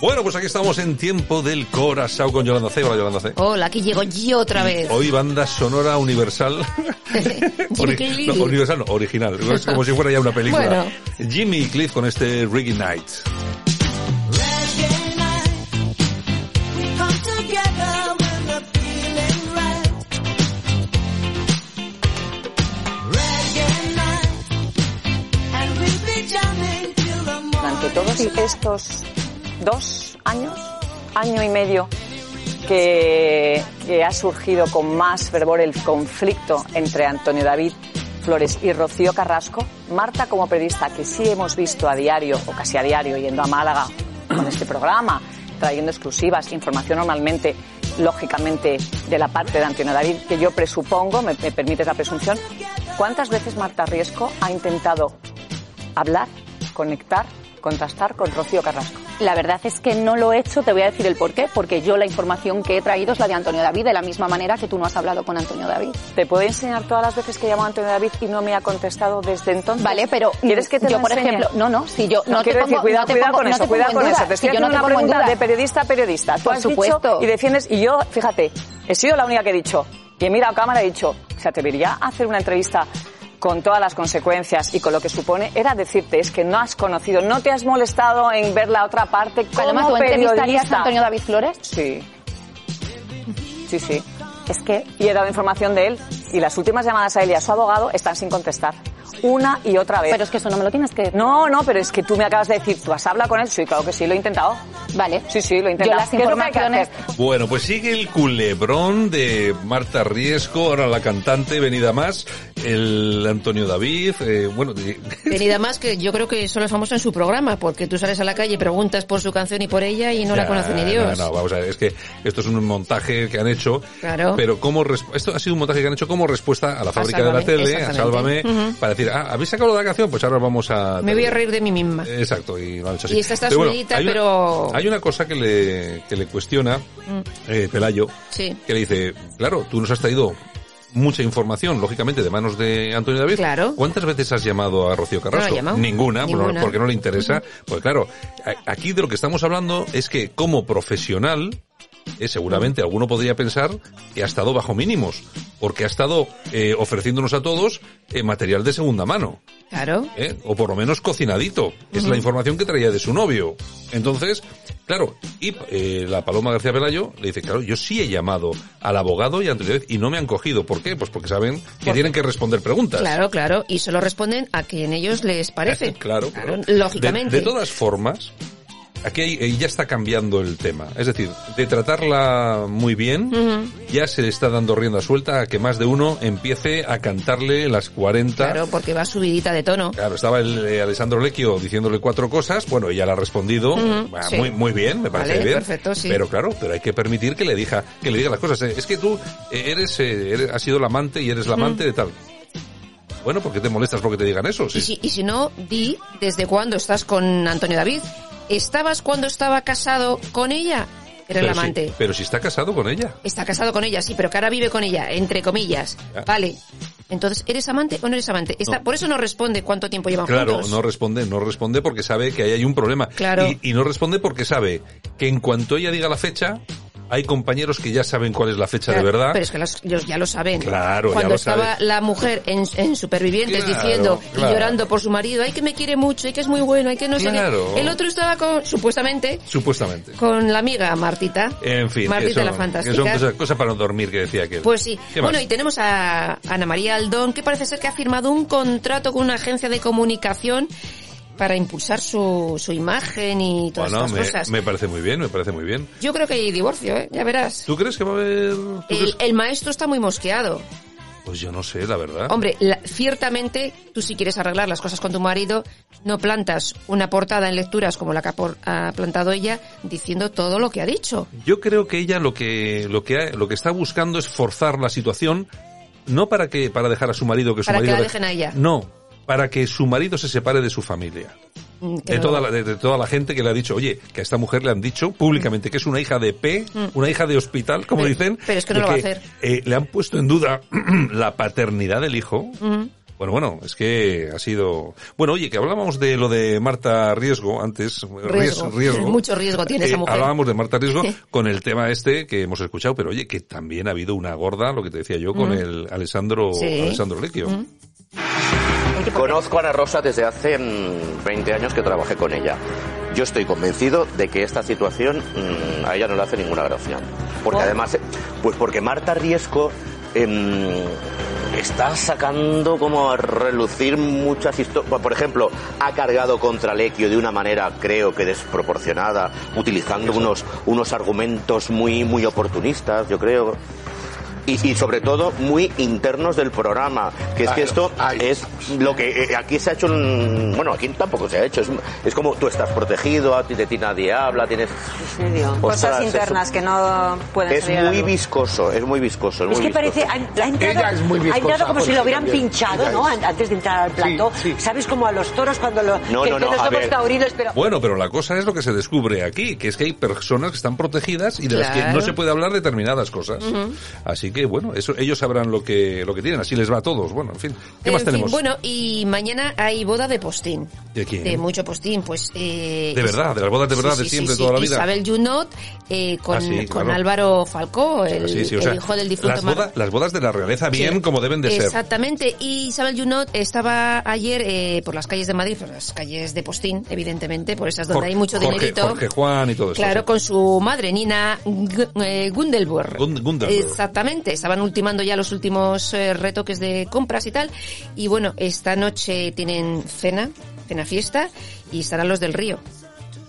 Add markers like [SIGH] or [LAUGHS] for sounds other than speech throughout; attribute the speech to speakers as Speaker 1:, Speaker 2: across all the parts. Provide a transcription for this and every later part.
Speaker 1: Bueno, pues aquí estamos en tiempo del corazón con Yolanda C. Hola, Yolanda C.
Speaker 2: Hola, aquí llego yo otra vez.
Speaker 1: Hoy banda sonora universal.
Speaker 2: [LAUGHS] Jimmy Cliff.
Speaker 1: no, universal no, original. Es como si fuera ya una película.
Speaker 2: Bueno.
Speaker 1: Jimmy y Cliff con este Reggae Night.
Speaker 3: Durante todos estos dos años, año y medio, que, que ha surgido con más fervor el conflicto entre Antonio David Flores y Rocío Carrasco, Marta como periodista, que sí hemos visto a diario o casi a diario yendo a Málaga con este programa, trayendo exclusivas, información normalmente, lógicamente, de la parte de Antonio David, que yo presupongo, me, me permites la presunción, ¿cuántas veces Marta Riesco ha intentado hablar, conectar, contrastar con Rocío Carrasco?
Speaker 4: La verdad es que no lo he hecho, te voy a decir el por qué, porque yo la información que he traído es la de Antonio David, de la misma manera que tú no has hablado con Antonio David.
Speaker 3: Te puedo enseñar todas las veces que llamo a Antonio David y no me ha contestado desde entonces.
Speaker 4: Vale, pero
Speaker 3: ¿Quieres que te
Speaker 4: yo,
Speaker 3: lo
Speaker 4: por
Speaker 3: enseñe?
Speaker 4: ejemplo, no, no, si yo no, te
Speaker 3: quiero
Speaker 4: pongo,
Speaker 3: decir, cuidado,
Speaker 4: no te
Speaker 3: cuidado
Speaker 4: pongo-
Speaker 3: con
Speaker 4: no
Speaker 3: eso,
Speaker 4: te pongo
Speaker 3: cuidado
Speaker 4: en
Speaker 3: con
Speaker 4: duda,
Speaker 3: eso. Te
Speaker 4: si
Speaker 3: estoy
Speaker 4: yo no
Speaker 3: haciendo
Speaker 4: te
Speaker 3: una
Speaker 4: pongo en
Speaker 3: pregunta
Speaker 4: duda.
Speaker 3: de periodista a periodista. Tú
Speaker 4: Por
Speaker 3: has dicho
Speaker 4: supuesto.
Speaker 3: y defiendes, y yo, fíjate, he sido la única que he dicho, y he mirado a cámara y he dicho, se atrevería a hacer una entrevista con todas las consecuencias y con lo que supone, era decirte, es que no has conocido, no te has molestado en ver la otra parte como
Speaker 4: Paloma, ¿tú entrevistarías
Speaker 3: periodista. Pues-
Speaker 4: a Antonio David Flores?
Speaker 3: Sí. Sí, sí.
Speaker 4: Es que
Speaker 3: Y he dado información de él. Y las últimas llamadas a él y a su abogado están sin contestar. Una y otra vez.
Speaker 4: Pero es que eso no me lo tienes que...
Speaker 3: No, no, pero es que tú me acabas de decir, ¿tú has hablado con él? Sí, claro que sí, lo he intentado.
Speaker 4: Vale.
Speaker 3: Sí, sí, lo he intentado.
Speaker 4: Yo las
Speaker 3: ¿Qué es lo que hay que
Speaker 4: informaciones...
Speaker 3: hacer?
Speaker 1: Bueno, pues sigue el culebrón de Marta Riesco, ahora la cantante, venida más, el Antonio David, eh, bueno, de-
Speaker 2: Venida más que yo creo que solo es famoso en su programa, porque tú sales a la calle, preguntas por su canción y por ella y no la
Speaker 1: Ya,
Speaker 2: conoce ni Dios.
Speaker 1: No, no, vamos a ver, es que esto es un montaje que han hecho.
Speaker 2: Claro.
Speaker 1: Pero como res- esto ha sido un montaje que han hecho como respuesta a la fábrica
Speaker 2: Sálvame,
Speaker 1: de la tele, a Sálvame,
Speaker 2: exactamente.
Speaker 1: para decir, ah, ¿habéis sacado la canción? Pues ahora vamos a...
Speaker 2: Me voy a reír de mí misma.
Speaker 1: Exacto, y lo han hecho así.
Speaker 2: Y esta está solita,
Speaker 1: hay una-
Speaker 2: pero- Mm.
Speaker 1: Hay una cosa que le, que le cuestiona eh, Pelayo,
Speaker 2: Sí.
Speaker 1: que le dice, claro, tú nos has traído mucha información, lógicamente, de manos de Antonio David.
Speaker 2: Claro.
Speaker 1: ¿Cuántas veces has llamado a Rocío Carrasco?
Speaker 2: No la he llamado.
Speaker 1: Ninguna, por-
Speaker 2: Ninguna.
Speaker 1: porque no le interesa. Pues claro, a- aquí de lo que estamos hablando es que como profesional, eh, seguramente alguno podría pensar que ha estado bajo mínimos, porque ha estado eh, ofreciéndonos a todos eh, material de segunda mano.
Speaker 2: Claro.
Speaker 1: ¿eh? o por lo menos cocinadito. Es la información que traía de su novio. Entonces, claro, y eh, la Paloma García Pelayo le dice, claro, yo sí he llamado al abogado y a Antonio Díez y no me han cogido. ¿Por qué? Pues porque saben que tienen que responder preguntas.
Speaker 2: Claro, claro. Y solo responden a quien ellos les parece.
Speaker 1: [LAUGHS] claro, claro.
Speaker 2: Lógicamente.
Speaker 1: De, de todas formas, aquí hay- eh, ya está cambiando el tema. Es decir, de tratarla muy bien, ya se le está dando rienda suelta a que más de uno empiece a cantarle las 40
Speaker 2: Claro, porque va subidita de tono.
Speaker 1: Claro, estaba el eh, Alessandro Lecchio diciéndole cuatro cosas, bueno, ella le ha respondido va,
Speaker 2: sí.
Speaker 1: muy, muy bien, me parece
Speaker 2: Vale,
Speaker 1: bien.
Speaker 2: perfecto, sí.
Speaker 1: Pero claro, pero hay que permitir que le diga, que le diga las cosas. eh, Es que tú eh, eres, eh, eres- has sido la amante y eres la amante de tal. Bueno, ¿por qué te molestas porque te digan eso? Sí.
Speaker 2: Y, si, y si no, di desde cuándo estás con Antonio David. ¿Estabas cuando estaba casado con ella? Era
Speaker 1: pero,
Speaker 2: el
Speaker 1: si-
Speaker 2: amante.
Speaker 1: pero si está casado con ella.
Speaker 2: Está casado con ella, sí, pero que ahora vive con ella, entre comillas.
Speaker 1: Ya.
Speaker 2: Vale. Entonces, ¿eres amante o no eres amante? Está,
Speaker 1: Ah. No.
Speaker 2: Por eso no responde cuánto tiempo llevan
Speaker 1: Claro,
Speaker 2: juntos.
Speaker 1: no responde, no responde porque sabe que ahí hay un problema.
Speaker 2: Claro.
Speaker 1: Y, y no responde porque sabe que en cuanto ella diga la fecha, hay compañeros que ya saben cuál es la fecha
Speaker 2: Claro,
Speaker 1: de verdad.
Speaker 2: Pero es que los- ellos ya lo saben.
Speaker 1: Claro, ya
Speaker 2: Cuando
Speaker 1: lo
Speaker 2: estaba
Speaker 1: saben.
Speaker 2: la mujer en, en Supervivientes
Speaker 1: Claro,
Speaker 2: diciendo
Speaker 1: claro.
Speaker 2: y llorando por su marido, ay que me quiere mucho, ay que es muy bueno, ay que no sé
Speaker 1: Claro.
Speaker 2: qué. El otro estaba con, supuestamente,
Speaker 1: Supuestamente.
Speaker 2: con la amiga Martita.
Speaker 1: En fin,
Speaker 2: Martita
Speaker 1: que son-
Speaker 2: la
Speaker 1: que son
Speaker 2: fantástica.
Speaker 1: cosas, cosas para no dormir que decía aquel.
Speaker 2: Pues sí.
Speaker 1: ¿Qué
Speaker 2: Bueno,
Speaker 1: más?
Speaker 2: y tenemos a Ana María Aldón, que parece ser que ha firmado un contrato con una agencia de comunicación para impulsar su, su imagen y todas
Speaker 1: Bueno,
Speaker 2: estas
Speaker 1: me,
Speaker 2: cosas.
Speaker 1: me parece muy bien, me parece muy bien.
Speaker 2: Yo creo que hay divorcio, ¿eh? Ya verás.
Speaker 1: ¿Tú crees que va a haber...? tú
Speaker 2: El,
Speaker 1: crees-
Speaker 2: el maestro está muy mosqueado.
Speaker 1: Pues yo no sé, la verdad.
Speaker 2: Hombre, la- ciertamente, tú si quieres arreglar las cosas con tu marido, no plantas una portada en lecturas como la que ha, por- ha plantado ella, diciendo todo lo que ha dicho.
Speaker 1: Yo creo que ella lo que, lo que, ha- lo que está buscando es forzar la situación, no para que, para dejar a su marido que su
Speaker 2: Para que
Speaker 1: marido...
Speaker 2: la
Speaker 1: le-
Speaker 2: dejen a ella.
Speaker 1: No, para que su marido se separe de su familia.
Speaker 2: Mm, que
Speaker 1: De
Speaker 2: no-
Speaker 1: toda, la, de, de toda la gente que le ha dicho, oye, que a esta mujer le han dicho públicamente que es una hija de P, una hija de hospital, como
Speaker 2: Mm. Pero-
Speaker 1: dicen.
Speaker 2: pero es que no
Speaker 1: de
Speaker 2: lo va a hacer.
Speaker 1: eh, le han puesto en duda [CLEARS THROAT] la paternidad del hijo.
Speaker 2: Mm.
Speaker 1: Bueno, bueno, es que ha sido... Bueno, oye, que hablábamos de lo de Marta Riesgo antes. Eh,
Speaker 2: Riesgo. [LAUGHS] Mucho riesgo tiene esa mujer.
Speaker 1: Hablábamos de Marta
Speaker 2: [LAUGHS]
Speaker 1: Riesgo con el tema este que hemos escuchado, pero oye, que también ha habido una gorda, lo que te decía yo, con el Alessandro,
Speaker 2: Mm. Sí. Mm.
Speaker 1: Alessandro Lecchio.
Speaker 5: Conozco a Ana Rosa desde hace mm, 20 años que trabajé con ella. Yo estoy convencido de que esta situación mm, a ella no le hace ninguna gracia. Porque además, eh, pues porque Marta Riesco em, está sacando como a relucir muchas historias. Por ejemplo, ha cargado contra Lequio de una manera, creo que desproporcionada, utilizando unos, unos argumentos muy, muy oportunistas, yo creo. Y, y sobre todo muy internos del programa, que es que esto es lo que eh, aquí se ha hecho, un- bueno, aquí tampoco se ha hecho, es, es como tú estás protegido, a ti de ti nadie habla, tienes... Ostras,
Speaker 3: Cosas
Speaker 5: eso-
Speaker 3: internas que no pueden
Speaker 5: Es
Speaker 3: salir a la
Speaker 5: muy
Speaker 3: luz.
Speaker 5: viscoso, es muy viscoso. Es,
Speaker 6: Es
Speaker 5: muy
Speaker 6: que
Speaker 5: viscoso.
Speaker 6: parece, ha, ha entrado,
Speaker 7: Ella es muy
Speaker 6: ha entrado
Speaker 7: viscosa,
Speaker 6: como si
Speaker 7: Jorge,
Speaker 6: lo hubieran
Speaker 7: también.
Speaker 6: pinchado,
Speaker 7: Ella
Speaker 6: ¿no?
Speaker 7: es.
Speaker 6: An- Antes de entrar al plato.
Speaker 7: sí.
Speaker 6: ¿Sabes? Como a los toros cuando lo,
Speaker 5: No,
Speaker 6: que,
Speaker 5: no,
Speaker 6: que
Speaker 5: no, a
Speaker 6: somos
Speaker 5: ver.
Speaker 6: taurinos, pero...
Speaker 1: Bueno, pero la cosa es lo que se descubre aquí, que es que hay personas que están protegidas y de las que
Speaker 2: Claro.
Speaker 1: no se puede hablar determinadas cosas. Así que bueno, eso ellos sabrán lo que lo que tienen, así les va a todos. Bueno, en fin, ¿qué más
Speaker 2: En fin,
Speaker 1: tenemos?
Speaker 2: bueno, y mañana hay boda de postín.
Speaker 1: ¿De quién?
Speaker 2: mucho postín, pues... eh,
Speaker 1: De verdad, de las bodas de verdad de siempre, toda la vida.
Speaker 2: Isabel Junot eh, con,
Speaker 1: Ah, sí,
Speaker 2: con
Speaker 1: claro.
Speaker 2: Álvaro Falcó, el,
Speaker 1: Sí, sí, o
Speaker 2: el
Speaker 1: sea,
Speaker 2: hijo del difunto
Speaker 1: las,
Speaker 2: Mar-
Speaker 1: bodas, las bodas de la realeza bien
Speaker 2: Sí.
Speaker 1: como deben de ser.
Speaker 2: Exactamente. Y Isabel Junot estaba ayer eh, por las calles de Madrid, por las calles de Postín, evidentemente, por esas donde
Speaker 1: Jorge-
Speaker 2: hay mucho
Speaker 1: Jorge-
Speaker 2: dinerito.
Speaker 1: Jorge Juan y todo eso,
Speaker 2: Claro,
Speaker 1: sí.
Speaker 2: con su madre, Nina G- eh, Gundelberg.
Speaker 1: Gund- Gundelberg.
Speaker 2: Exactamente. Estaban ultimando ya los últimos eh, retoques de compras y tal. Y bueno, esta noche tienen cena, cena fiesta, y estarán los del río.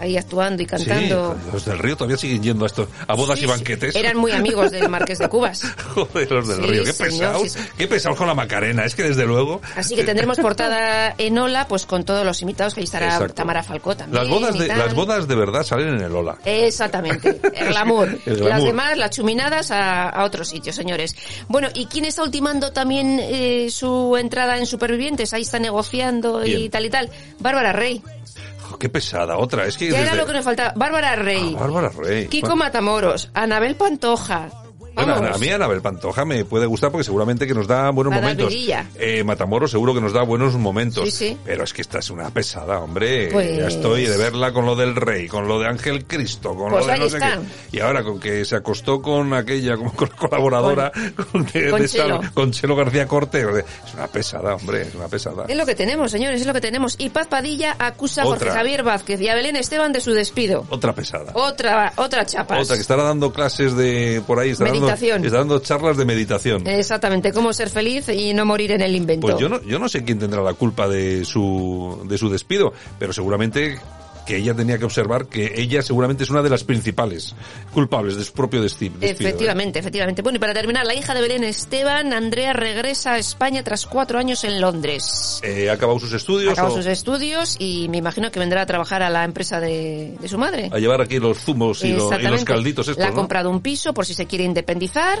Speaker 2: Ahí actuando y
Speaker 1: Sí,
Speaker 2: cantando.
Speaker 1: los del río todavía siguen yendo a, esto, a bodas
Speaker 2: Sí,
Speaker 1: y
Speaker 2: sí.
Speaker 1: banquetes.
Speaker 2: Eran muy amigos del Marqués de Cubas.
Speaker 1: [LAUGHS] Joder, los del
Speaker 2: Sí,
Speaker 1: río, qué
Speaker 2: señor,
Speaker 1: pesados,
Speaker 2: sí, sí.
Speaker 1: qué pesados con la Macarena, es que desde luego... eh,
Speaker 2: Así que tendremos portada en Ola, pues con todos los invitados, que ahí estará
Speaker 1: Exacto.
Speaker 2: Tamara Falcó también.
Speaker 1: Las bodas,
Speaker 2: y
Speaker 1: de,
Speaker 2: tal.
Speaker 1: las bodas de verdad salen en el Ola.
Speaker 2: Exactamente, el glamour.
Speaker 1: [LAUGHS] El glamour.
Speaker 2: Las demás, las chuminadas a, a otro sitio, señores. Bueno, ¿y quién está ultimando también eh, su entrada en Supervivientes? Ahí está negociando y
Speaker 1: Bien.
Speaker 2: tal y tal. Bárbara Rey.
Speaker 1: Jo, qué pesada, otra. Es que
Speaker 2: Ya era
Speaker 1: desde-
Speaker 2: lo que nos faltaba. Bárbara Rey.
Speaker 1: Ah, Bárbara Rey.
Speaker 2: Kiko Matamoros. Anabel Pantoja.
Speaker 1: Bueno,
Speaker 2: Vamos.
Speaker 1: a mí Anabel Pantoja me puede gustar porque seguramente que nos da buenos
Speaker 2: Va a dar
Speaker 1: momentos.
Speaker 2: vidilla.
Speaker 1: Eh, Matamoro seguro que nos da buenos momentos.
Speaker 2: Sí, sí.
Speaker 1: Pero es que esta es una pesada, hombre.
Speaker 2: Pues-
Speaker 1: Ya estoy de verla con lo del rey, con lo de Ángel Cristo, con
Speaker 2: Pues
Speaker 1: lo de
Speaker 2: ahí
Speaker 1: no sé
Speaker 2: está.
Speaker 1: qué. Y ahora con que se acostó con aquella, con, con la colaboradora, con, de-
Speaker 2: con
Speaker 1: de esta-
Speaker 2: Chelo.
Speaker 1: con Chelo García Corte. O sea, Es una pesada, hombre, es una pesada.
Speaker 2: Es lo que tenemos, señores, es lo que tenemos. Y Paz Padilla acusa a
Speaker 1: Otra.
Speaker 2: Jorge Javier Vázquez y a Belén Esteban de su despido.
Speaker 1: Otra pesada.
Speaker 2: Otra, otra chapa.
Speaker 1: Otra que estará dando clases de por ahí, estará dando,
Speaker 2: Meditación.
Speaker 1: estará dando charlas de meditación.
Speaker 2: Exactamente, cómo ser feliz y no morir en el invento.
Speaker 1: Pues yo no, yo no sé quién tendrá la culpa de su, de su despido, pero seguramente que ella tenía que observar que ella seguramente es una de las principales culpables de su propio desti- despido. ¿eh?
Speaker 2: Efectivamente, efectivamente. Bueno, y para terminar, la hija de Belén Esteban, Andrea, regresa a España tras cuatro años en Londres.
Speaker 1: Eh, ha acabado sus estudios
Speaker 2: Acaba
Speaker 1: o
Speaker 2: sus estudios y me imagino que vendrá a trabajar a la empresa de, de su madre.
Speaker 1: a llevar aquí los zumos y, lo- y los
Speaker 2: Exactamente.
Speaker 1: calditos estos,
Speaker 2: La ha
Speaker 1: ¿no?
Speaker 2: comprado un piso por si se quiere independizar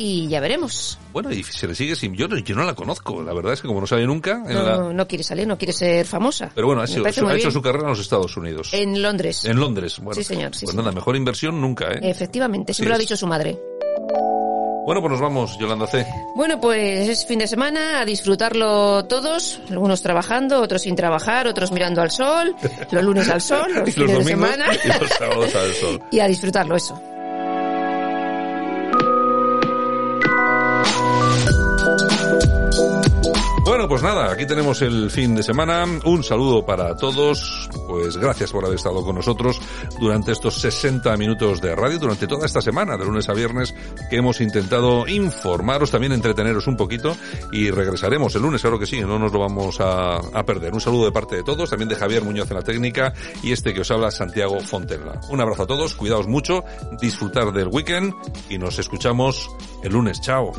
Speaker 2: y ya veremos.
Speaker 1: Bueno, y se le sigue sin... Yo, no- yo no la conozco, la verdad es que como no sale nunca... en
Speaker 2: No,
Speaker 1: la-
Speaker 2: no quiere salir, no quiere ser famosa.
Speaker 1: Pero bueno, ha,
Speaker 2: Me
Speaker 1: sido-
Speaker 2: parece muy
Speaker 1: ha hecho
Speaker 2: bien.
Speaker 1: su carrera en los Estados Unidos.
Speaker 2: En Londres.
Speaker 1: En Londres, bueno.
Speaker 2: Sí, señor, sí,
Speaker 1: pues
Speaker 2: señor.
Speaker 1: nada, mejor inversión nunca, ¿eh?
Speaker 2: Efectivamente,
Speaker 1: Así
Speaker 2: siempre lo ha
Speaker 1: es.
Speaker 2: dicho su madre.
Speaker 1: Bueno, pues nos vamos, Yolanda C.
Speaker 2: Bueno, pues es fin de semana, a disfrutarlo todos, algunos trabajando, otros sin trabajar, otros mirando al sol, los lunes al
Speaker 1: [LAUGHS]
Speaker 2: sol, [LAUGHS] los,
Speaker 1: Y
Speaker 2: fines de
Speaker 1: domingos
Speaker 2: semana.
Speaker 1: y los sábados al sol.
Speaker 2: y a disfrutarlo eso.
Speaker 1: Bueno, pues nada, aquí tenemos el fin de semana. Un saludo para todos. Pues gracias por haber estado con nosotros durante estos 60 minutos de radio, durante toda esta semana, de lunes a viernes, que hemos intentado informaros, también entreteneros un poquito y regresaremos el lunes, claro que sí, no nos lo vamos a, a perder. Un saludo de parte de todos, también de Javier Muñoz en la técnica y este que os habla, Santiago Fontenla. Un abrazo a todos, cuidaos mucho, disfrutar del weekend y nos escuchamos el lunes. Chao.